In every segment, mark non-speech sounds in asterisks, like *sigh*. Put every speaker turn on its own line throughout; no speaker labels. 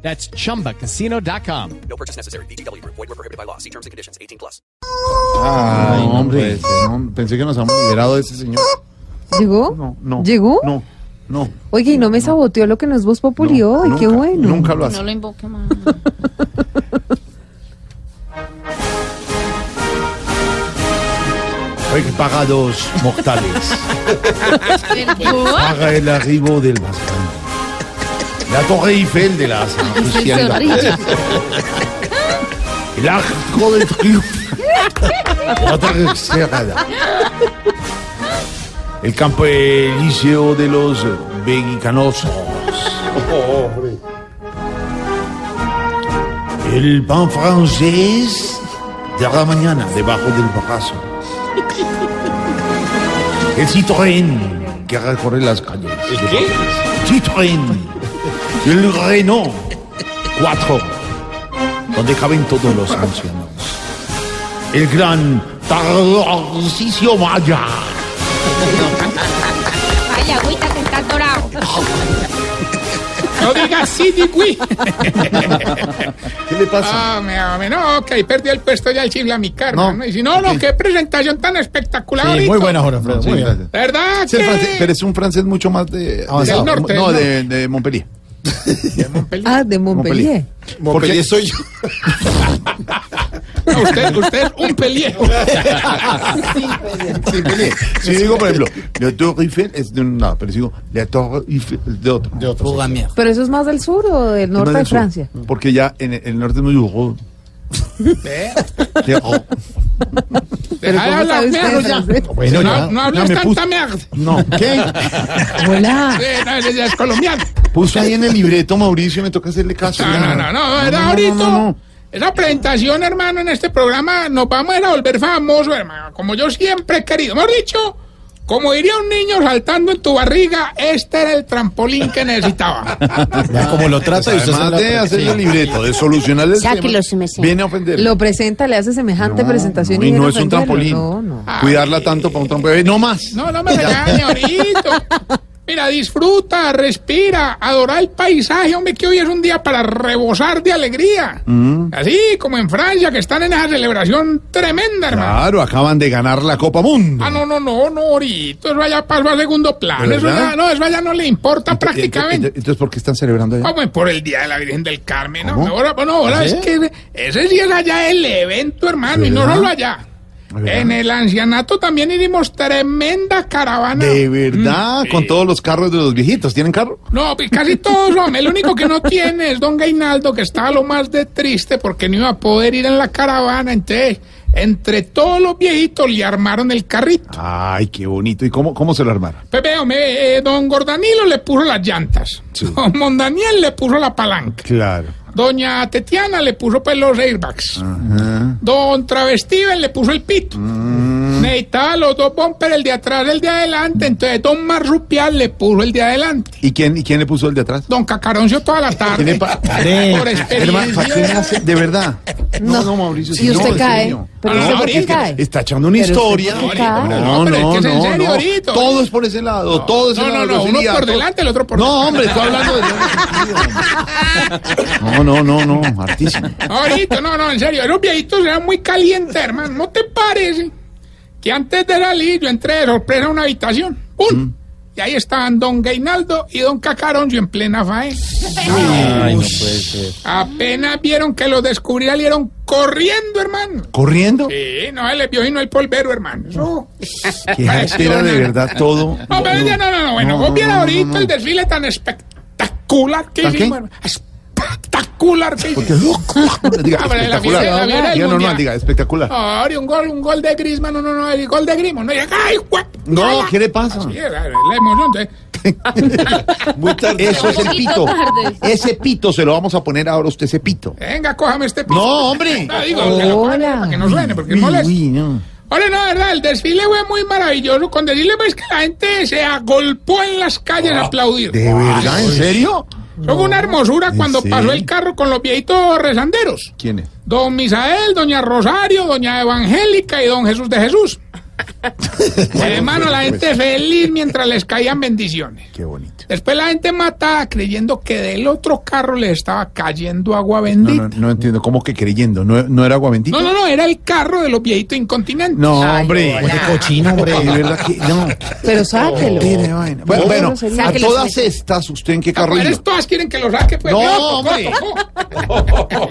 That's chumbacasino.com.
No purchase necessary. BGW. Void were prohibited by law. See terms and conditions. 18 plus.
Ay,
no
hombre,
puede ser.
no, pensé que nos habíamos liberado de ese señor.
¿Llegó?
No, no.
¿Llegó?
No, no.
Oye, y no me saboteó lo que no es Voz Populi
no,
hoy, qué
nunca,
bueno.
Nunca lo hace.
No lo invoque más.
Paga dos
*laughs*
mortales.
¿Verdad?
Paga el arribo del Bazán. La Torre Eiffel de la Sanjuicienda.
Zorrilla.
*laughs* El arco del triunfo. La Torre Cerrada. El campo elíseo de los mexicanosos. El pan francés de la mañana debajo del brazo. El Citroën que recorre las calles. ¿El qué? Citroën. El Renault 4, donde caben todos los ancianos. El gran Tarcisio Maya.
Ay, agüita que está dorado.
No digas sí, digui.
¿Qué le pasa?
Ah, me, ah, me, no, ok, perdí el puesto ya al chifla mi
No.
carro. No. Y si no, no, qué presentación tan espectacular.
Eh,
ahorita.
muy buena, Jorge Alfredo,
Sí,
muy bien.
gracias.
¿Verdad?
Es el
que-
francés, pero es un francés mucho más de,
Avanzado.
de-
Del norte,
no,
del
de, de Montpellier.
Ah, de Montpellier.
Porque soy yo.
Ah.
No, usted, usted es un peliejo.
Sí, Montpellier. Si digo, por ejemplo, la Torre Eiffel es de un lado, pero si digo, la Torre Eiffel es de otro.
De otro.
¿Pero eso es más del sur o del norte
Más
de
del sur,
Francia?
Porque ya en el, el norte es muy duro.
¿Eh?
*laughs* Pero-
Deja de
¿Cómo
hablar
sabe usted
mierda.
francés?
Bueno,
No, no hables
ya me
tanta
puse.
mierda.
No, ¿qué?
Hola.
Eh, no, ese ya es colombiano.
Puso ahí en el libreto Mauricio y me toca hacerle caso.
No, no, no, no, ¿verdad? ahorita.
no, no.
Esa presentación, hermano, en este programa nos vamos a ir a volver famosos, hermano. Como yo siempre he querido. Hemos dicho, como diría un niño saltando en tu barriga, este era el trampolín que necesitaba.
Ya, como lo
Pues
trata y usted se
además
la-
de hacer el
Sí.
libreto, de solucionar el
Sáquelo, si
tema,
me sé.
viene a ofender.
Lo presenta, le hace semejante presentación
No,
y
y
viene
no
a
es un
ofenderlo.
trampolín.
No, no.
Cuidarla tanto para un trampolín. No más.
No, no me regañe ahorita. Mira, disfruta, respira, adora el paisaje, hombre, que hoy es un día para rebosar de alegría.
Mm.
Así como en Francia, que están en esa celebración tremenda, hermano.
Claro, acaban de ganar la Copa Mundo. Eh,
Ah, no, no, no, no, ahorita, eso allá pasó a segundo plano,
¿De
eso
verdad?
ya, no, eso ya no le importa prácticamente. Ah,
Entonces, eh, entonces, ¿por qué están celebrando allá?
Vamos por el Día de la Virgen del Carmen, ¿no?
¿Cómo? ¿Ah,
Ahora, bueno, ahora es que ese sí es allá el evento, hermano, y no
¿Verdad?
solo allá.
¿Verdad?
En el ancianato también hicimos tremenda caravana.
De verdad,
Mm.
con todos los carros de los viejitos. ¿Tienen carro?
No, pues casi todos, hombre. El único que no tiene es don Gainaldo, que estaba lo más de triste porque no iba a poder ir en la caravana. Entonces, entre todos los viejitos le armaron el carrito.
Ay, qué bonito. ¿Y cómo, cómo se lo armaron?
Pepe, hombre, eh, don Gordanilo le puso las llantas.
Sí.
Don Mondaniel le puso la palanca.
Claro.
Doña Tetiana le puso pues los airbags.
Ajá.
Don Travestiven le puso el pito. Necesitaba los dos bumpers, el de atrás y el de adelante. Entonces, don Marrupial le puso el de adelante.
¿Y quién, y quién le puso el de atrás?
Don Cacaroncio toda la tarde.
¿Quién le *laughs* pa-
Por
Hermano, ¿para qué me
experiencia.
hace? De verdad. No, no, Mauricio.
Y usted
en
cae.
serio. Ah,
Pero
No,
usted por
ahorita
qué
es que
cae.
Está echando una
Pero
historia.
usted por qué cae.
No,
pero
no,
es que es en
no,
serio
no.
ahorita.
Todo es por ese lado. Todo es
No,
en la
no, no, uno
grosería,
por
todo-
delante, el otro por
No, hombre, estoy hablando de. No, no, no, no.
*laughs*
Hartísimo.
Ahorita, *laughs* no, no, en serio, esos viejitos eran muy calientes, hermano. ¿No te parece que antes de salir yo entré de sorpresa a una habitación? ¡Pum!
Mm.
Y ahí estaban don Gainaldo y don Cacaroncio en plena faena.
Ay, no puede
pues.
ser.
Apenas vieron que los descubrí, salieron corriendo, hermano.
¿Corriendo?
Sí, no, él les vio y no el polvero, hermano. Eso-
Que era de verdad todo.
No, pero ya no, no, no. Bueno,
No,
vos
no,
vieras
no, no,
ahorita
no, no.
el desfile tan espectacular que
¿Tan qué?
hicimos. hermano. espectacular que hizo.
Porque
*laughs*
diga,
Ah, pero la fiesta- la fiesta
espectacular.
del
Ya no, no,
mundial.
diga, espectacular.
Ahora, un gol, un gol de Griezmann, no, no, no, el gol de Griezmann, no, y acá, ay, guap,
No,
ala.
¿qué le pasa?
Sí, la, la emoción, ¿eh?
Muy tarde.
Eso es el pito. Ese pito se lo vamos a poner ahora a usted, ese pito.
venga, cójame este piso.
No, hombre.
No, digo, que lo pare,
Hola.
para que no suene, porque
Uy,
es molesto.
uy, no.
Ahora, no, verdad, el desfile fue muy maravilloso, con decirle pues que la gente se agolpó en las calles a aplaudir.
Ah, ¿De verdad? ¿En serio?
Eso fue una hermosura cuando
sí?
pasó el carro con los viejitos rezanderos.
¿Quién es?
Don Misael, Doña Rosario, Doña Evangélica y Don Jesús de Jesús. Hermano, la gente feliz mientras les caían bendiciones.
Qué bonito.
Después la gente matada creyendo que del otro carro les estaba cayendo agua
No,
bendita.
no, no entiendo. ¿Cómo que creyendo? ¿No, no era agua bendita?
No, no, no, era el carro de los viejitos incontinentes. Ah,
No, hombre.
Qué cochino, hombre.
De
*laughs*
verdad que no.
Pero sáquelo.
Tiene vaina. Bueno, bueno, a
Sáquelos,
todas estas, ¿usted en qué
Las
carro iba?
mujeres todas quieren que lo saque, pues.
No,
loco,
hombre.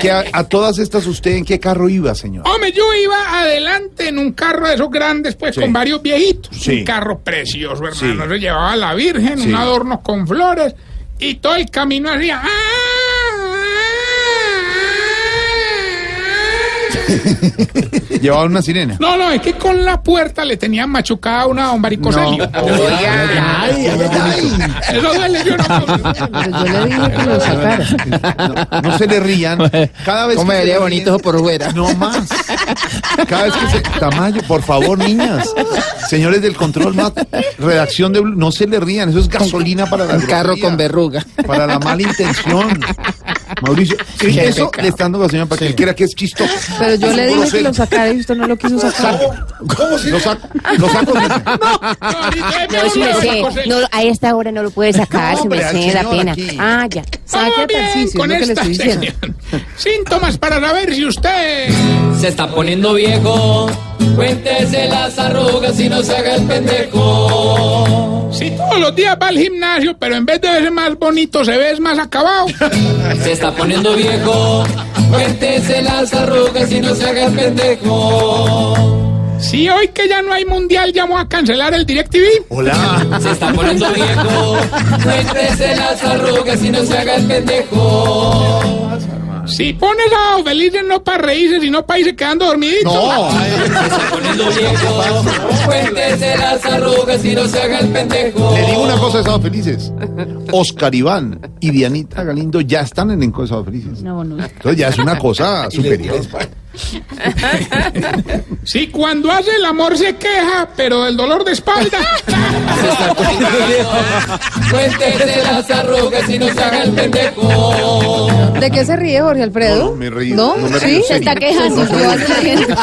Que a, a todas estas, ¿usted en qué carro iba, señor?
Hombre, yo iba adelante en un carro de esos grandes, pues,
Sí.
con varios viejitos.
Sí.
Un carro precioso, hermano.
Sí.
Se llevaba a la Virgen,
Sí.
un adorno con flores, y todo el camino hacía... "Ah,
Llevaba una sirena.
ah". No, no, es que con la puerta le tenían machucada una don Baricoselio.
Ay, ay, ay.
Eso duele, yo no...
Pero yo le dije
Ah,
*laughs*
que lo sacara.
No, no se le
*laughs*
rían. Cada vez
¿Cómo
que se
vería
le
bonito
ríen-
eso por fuera?
No más. Cada vez que se. Tamayo, por favor, niñas. Señores del control, más redacción de. Blue, No se le rían. Eso es gasolina para la.
Un carro
grosería,
con verruga.
Para la mala intención. Mauricio, sí,
Qué
eso
pecado.
le está dando gasolina para que él quiera que es chistoso.
Pero yo le dije que
Grosero.
lo sacara y usted no lo quiso sacar.
¿Cómo se Lo saco. Lo saco.
*laughs*
No, su merced, no, a esta hora no lo puede sacar,
No,
su
hombre,
merced,
al
da
señor
pena.
aquí.
Ah, ya.
Saque a Tarcisio, es lo que le estoy diciendo.
sección. este Síntomas para saber si usted...
Se está poniendo viejo. Cuéntese las arrugas y no se haga el pendejo.
Si todos los días va al gimnasio, pero en vez de verse más bonito, se ve más acabado.
Se está poniendo viejo. Cuéntese las arrugas y no se haga el pendejo.
Si hoy que ya no hay mundial, ya vamos a cancelar el DirecTV.
Hola.
Se está poniendo viejo. Cuéntese las arrugas y no se haga el pendejo.
Si pones a felices no para reírse, sino para irse quedando dormidito.
No.
Se está poniendo viejo. Cuéntese las arrugas y no se haga el pendejo.
Le digo una cosa de Sábado Felices. Oscar Iván y Dianita Galindo ya están en el elenco de Sábado Felices.
No, no.
Entonces ya es una
*laughs*
cosa superior. *laughs*
Si cuando hace el amor se queja, pero del dolor de espalda.
Cuéntese las arrugas y no se haga el pendejo.
¿De qué se ríe Jorge Alfredo?
No, no me río,
¿No?
no me
¿Sí?
río, Se está sí.
quejando. Se sintió aludido.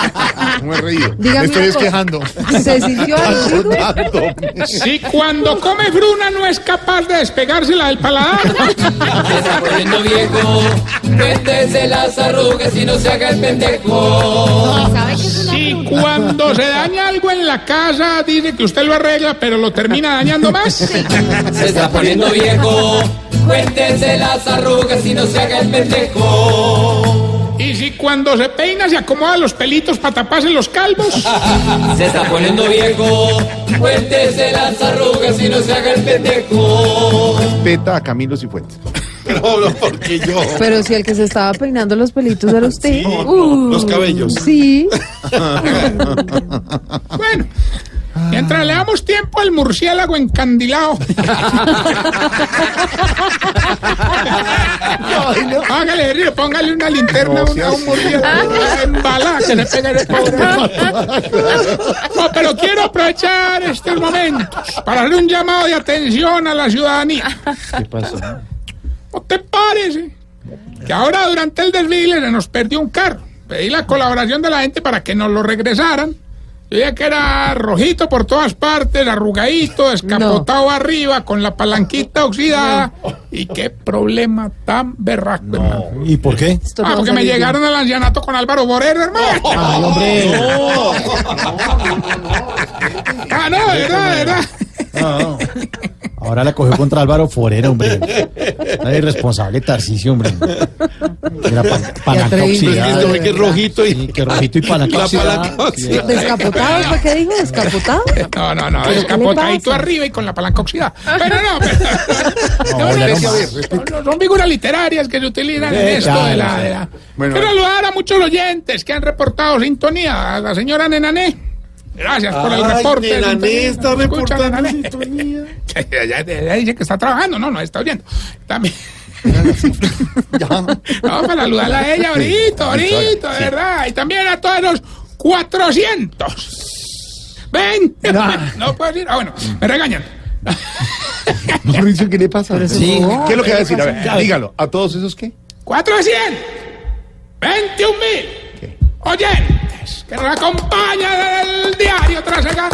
No he reído.
Dígame
Me estoy
una cosa. *laughs*
desquejando.
Se sintió aludido.
si cuando come fruna no es capaz de despegársela del paladar.
Se está poniendo viejo. Cuéntese las arrugas y no se haga el pendejo.
¿Sabe que es una
Si cuando se daña algo en la casa, dice que usted lo arregla, pero lo termina dañando más.
Se está poniendo viejo. Cuéntese las arrugas y no se haga el pendejo.
Y si cuando se peina se acomoda los pelitos para taparse los
*laughs*
calvos.
Se está poniendo viejo. Cuéntese las arrugas y no se haga el pendejo.
Peta a Camilo Cifuentes.
Pero si el que se estaba peinando los pelitos era usted.
los cabellos.
Sí.
Bueno, mientras le damos tiempo al murciélago encandilado.
*laughs*
Hágale, río, póngale una linterna
No,
a un- a
sí,
un murciélago. Embalá, que le pegue en el pobre.
*laughs*
No, pero quiero aprovechar estos momentos para hacer un llamado de atención a la ciudadanía.
¿Qué pasa?
¿No te parece? Que ahora durante el desfile se nos perdió un carro. Pedí la colaboración de la gente para que nos lo regresaran. Yo veía que era rojito por todas partes, arrugadito, descapotado arriba, con la palanquita oxidada. Y qué problema tan berraco, hermano.
¿Y por qué?
Esto no
Ah,
va a
porque me
salir
llegaron al ancianato con Álvaro Borero, hermano.
Ay, hombre.
Ah, no, de verdad, de verdad.
Ahora la cogió contra Álvaro Forero, hombre. Era irresponsable Tarcicio, hombre. Era pa- palanca
atrevido.
oxidada.
Pero es que este
que es rojito y-
Sí, que rojito y palanca
La *laughs*
oxidada.
palanca
Sí,
oxidada.
¿Descapotado? ¿Para qué dijo descapotado?
No, no, no,
¿Pero qué le
escapotadito
pasa?
arriba y con la palanca oxidada. Pero no,
*laughs*
pero-
No, ya no
es-
más.
no, no, son figuras literarias que se utilizan en
Eh,
esto
claro,
de la...
sí.
de la-
Bueno,
Quiero
eh.
saludar a muchos oyentes que han reportado sintonía. A la señora Nenané. Gracias por el
Ay,
reporte. de
Nenané está
sintonía. Escucha,
reportando
Nenané. *laughs*
sintonía.
Ya, ya, ya, ya dice que está trabajando, no, no está oyendo. También. No, para saludarla a ella ahorita, ahorita, de verdad. Y también a todos los 400. Ven. No puedo decir. Ah, bueno, me regañan.
¿qué le pasa?
Sí.
¿Qué es lo que va a decir? A ver,
Ya.
dígalo. ¿A todos esos qué?
400. 21 mil. Oyentes que nos acompañan del diario tras acá.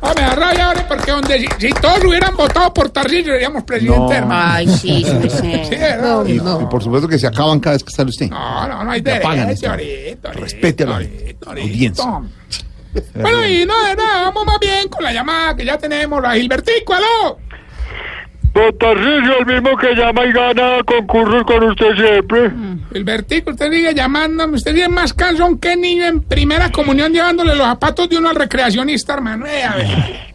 No, me da rabia ahora porque donde si, si todos hubieran votado por Tarcillo seríamos presidente,
No.
hermano.
Ay, sí, sí, sí.
Sí, ¿verdad?
Y, y por supuesto que se acaban cada vez que sale usted.
No, no, no hay
apagan
derecho,
esto.
ahorita, ahorita,
Respete a la
ahorita, ahorita.
audiencia.
Bueno, y no, de nada, vamos más bien con la llamada que ya tenemos, la Gilbertico, aló.
Tarcisio, el mismo que llama y gana concursos con usted siempre.
Gilbertico, usted sigue llamándome, usted tiene más calzón que niño en primera comunión llevándole los zapatos de uno al recreacionista, hermano. Eh, a ver.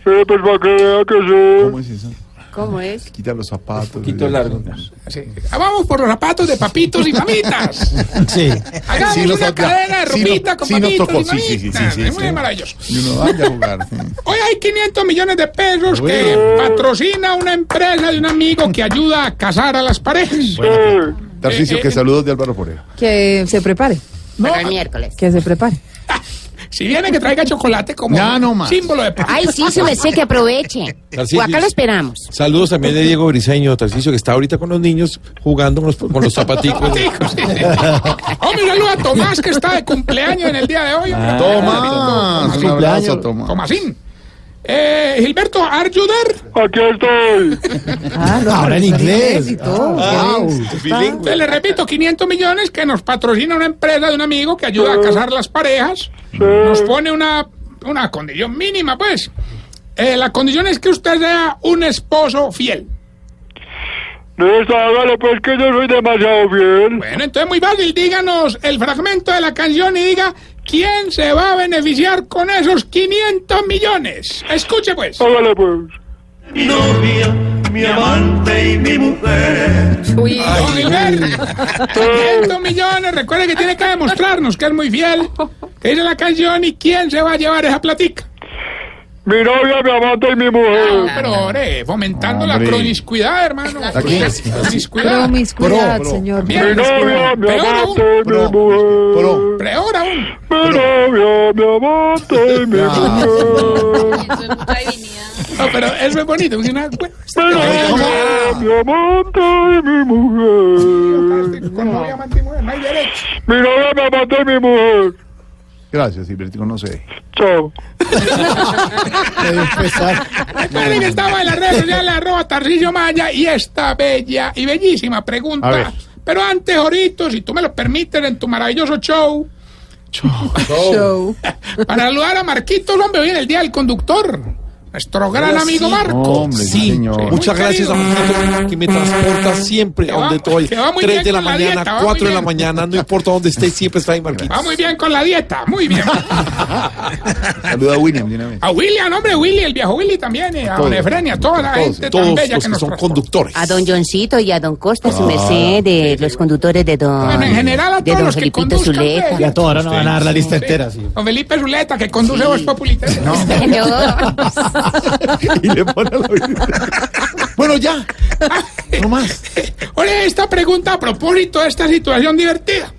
Eh, pues para que vea que sí.
¿Cómo es eso?
¿Cómo es?
Quita los zapatos.
poquito largo.
Sí. Ah, Vamos por los zapatos de papitos y mamitas.
Sí.
Hagamos
Sí, los
una
zapatos.
cadena de
Sí, no-
ropita con
sí nos
papitos
tocó,
y
sí, sí, sí,
mamitas.
sí, sí,
Es muy
sí.
maravilloso.
Y uno vaya a jugar. sí.
Hoy hay 500 millones de pesos que patrocina una empresa de un amigo que ayuda a casar a las parejas.
Eh,
Tarcisio,
Eh, eh,
que saludos de Álvaro Forero.
Que se prepare,
Para el miércoles.
que se prepare.
Si viene que traiga chocolate como
Ya, no más.
símbolo de paz.
Ay, sí, se me sé que aproveche. O acá lo esperamos.
Saludos también de Diego Briseño, Tarcicio, que está ahorita con los niños jugando con los, con
*laughs*
los zapaticos.
Dijo, sí, sí. Hombre, saludo a Tomás que está de cumpleaños en el día de hoy.
Ah,
Tomás, un abrazo, Tomás.
Tomasín. Eh, Gilberto Arjuder,
aquí estoy.
Ah, no,
Ahora en
está
inglés.
y todo.
Ah,
¿qué es? Está-
te le repito, 500 millones que nos patrocina una empresa de un amigo que ayuda a casar las parejas. Nos pone una, una condición mínima, pues. Eh, la condición es que usted sea un esposo fiel.
No está, hágalo, pues que yo soy demasiado bien.
Bueno, entonces muy fácil, díganos el fragmento de la canción y diga quién se va a beneficiar con esos 500 millones. Escuche pues.
Hágalo, pues.
mi novia, mi amante y mi mujer.
Uy,
Don Gilberto, 500 millones, recuerde que tiene que demostrarnos que es muy fiel. Que dice la canción y quién se va a llevar esa platica.
Mi novia, mi amante y mi
No,
mujer.
pero ore, fomentando
Hombre.
la promiscuidad, hermano.
¿La qué?
Promiscuidad.
Promiscuidad,
Pro, pro.
señor.
Bien.
Mi novia,
promiscuidad.
mi
Pero
amante
no.
y mi
Pro,
mujer.
pro.
Peor aún.
Mi novia, mi amante y mi mujer.
No, pero eso es bonito. porque una-
Mi novia, mi amante y mi mujer.
Con novia, amante y mujer, no hay derecho.
Mi novia, mi amante y mi mujer.
Gracias, Gilbertico, no sé.
Chao.
Recuerden que estamos en las redes sociales, arroba Tarcillo Maya, y esta bella y bellísima
A ver.
pregunta. Pero antes, Jorito, si tú me lo permites, en tu maravilloso show,
Show.
para saludar a Marquitos, hombre, hoy en el Día del Conductor. Nuestro gran amigo Marco.
Hombre, sí, señor.
Muchas
Muy
gracias a
querido.
Marquito que me transporta siempre a
va-
donde estoy.
que va muy
3
bien
de la
con la
mañana,
dieta, va
4
muy
de la
bien.
mañana, no importa dónde esté, siempre está ahí Marquito.
Va muy bien con la dieta, muy bien.
Saluda a William de una vez.
A William, hombre, Willy, el viejo Willy también, eh, a
todos,
Don Efren y a toda la
todos,
gente tan
Todos
bella
los
que
que
nos
son
transporta.
conductores.
A don Johncito y a don Costa, su merced, de los conductores de don.
Bueno, en general a
de
todos
don
los que
Felipito
conduzcan.
Zuleta.
hombre.
todos, ahora nos van a dar la lista
Don Felipe Zuleta, que conduce Voz Populi.
*laughs* No.
*laughs* Y le pone la Bueno, ya. No más.
Oye, esta pregunta a propósito de esta situación divertida.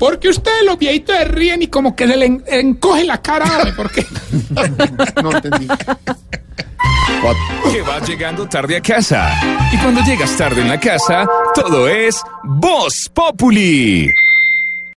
Porque ustedes los viejitos se ríen y como que se le en- encoge la cara. ¿sabe ¿Por qué?
No *laughs* entendí.
que va llegando tarde a casa. Y cuando llegas tarde en la casa, todo es Voz Populi.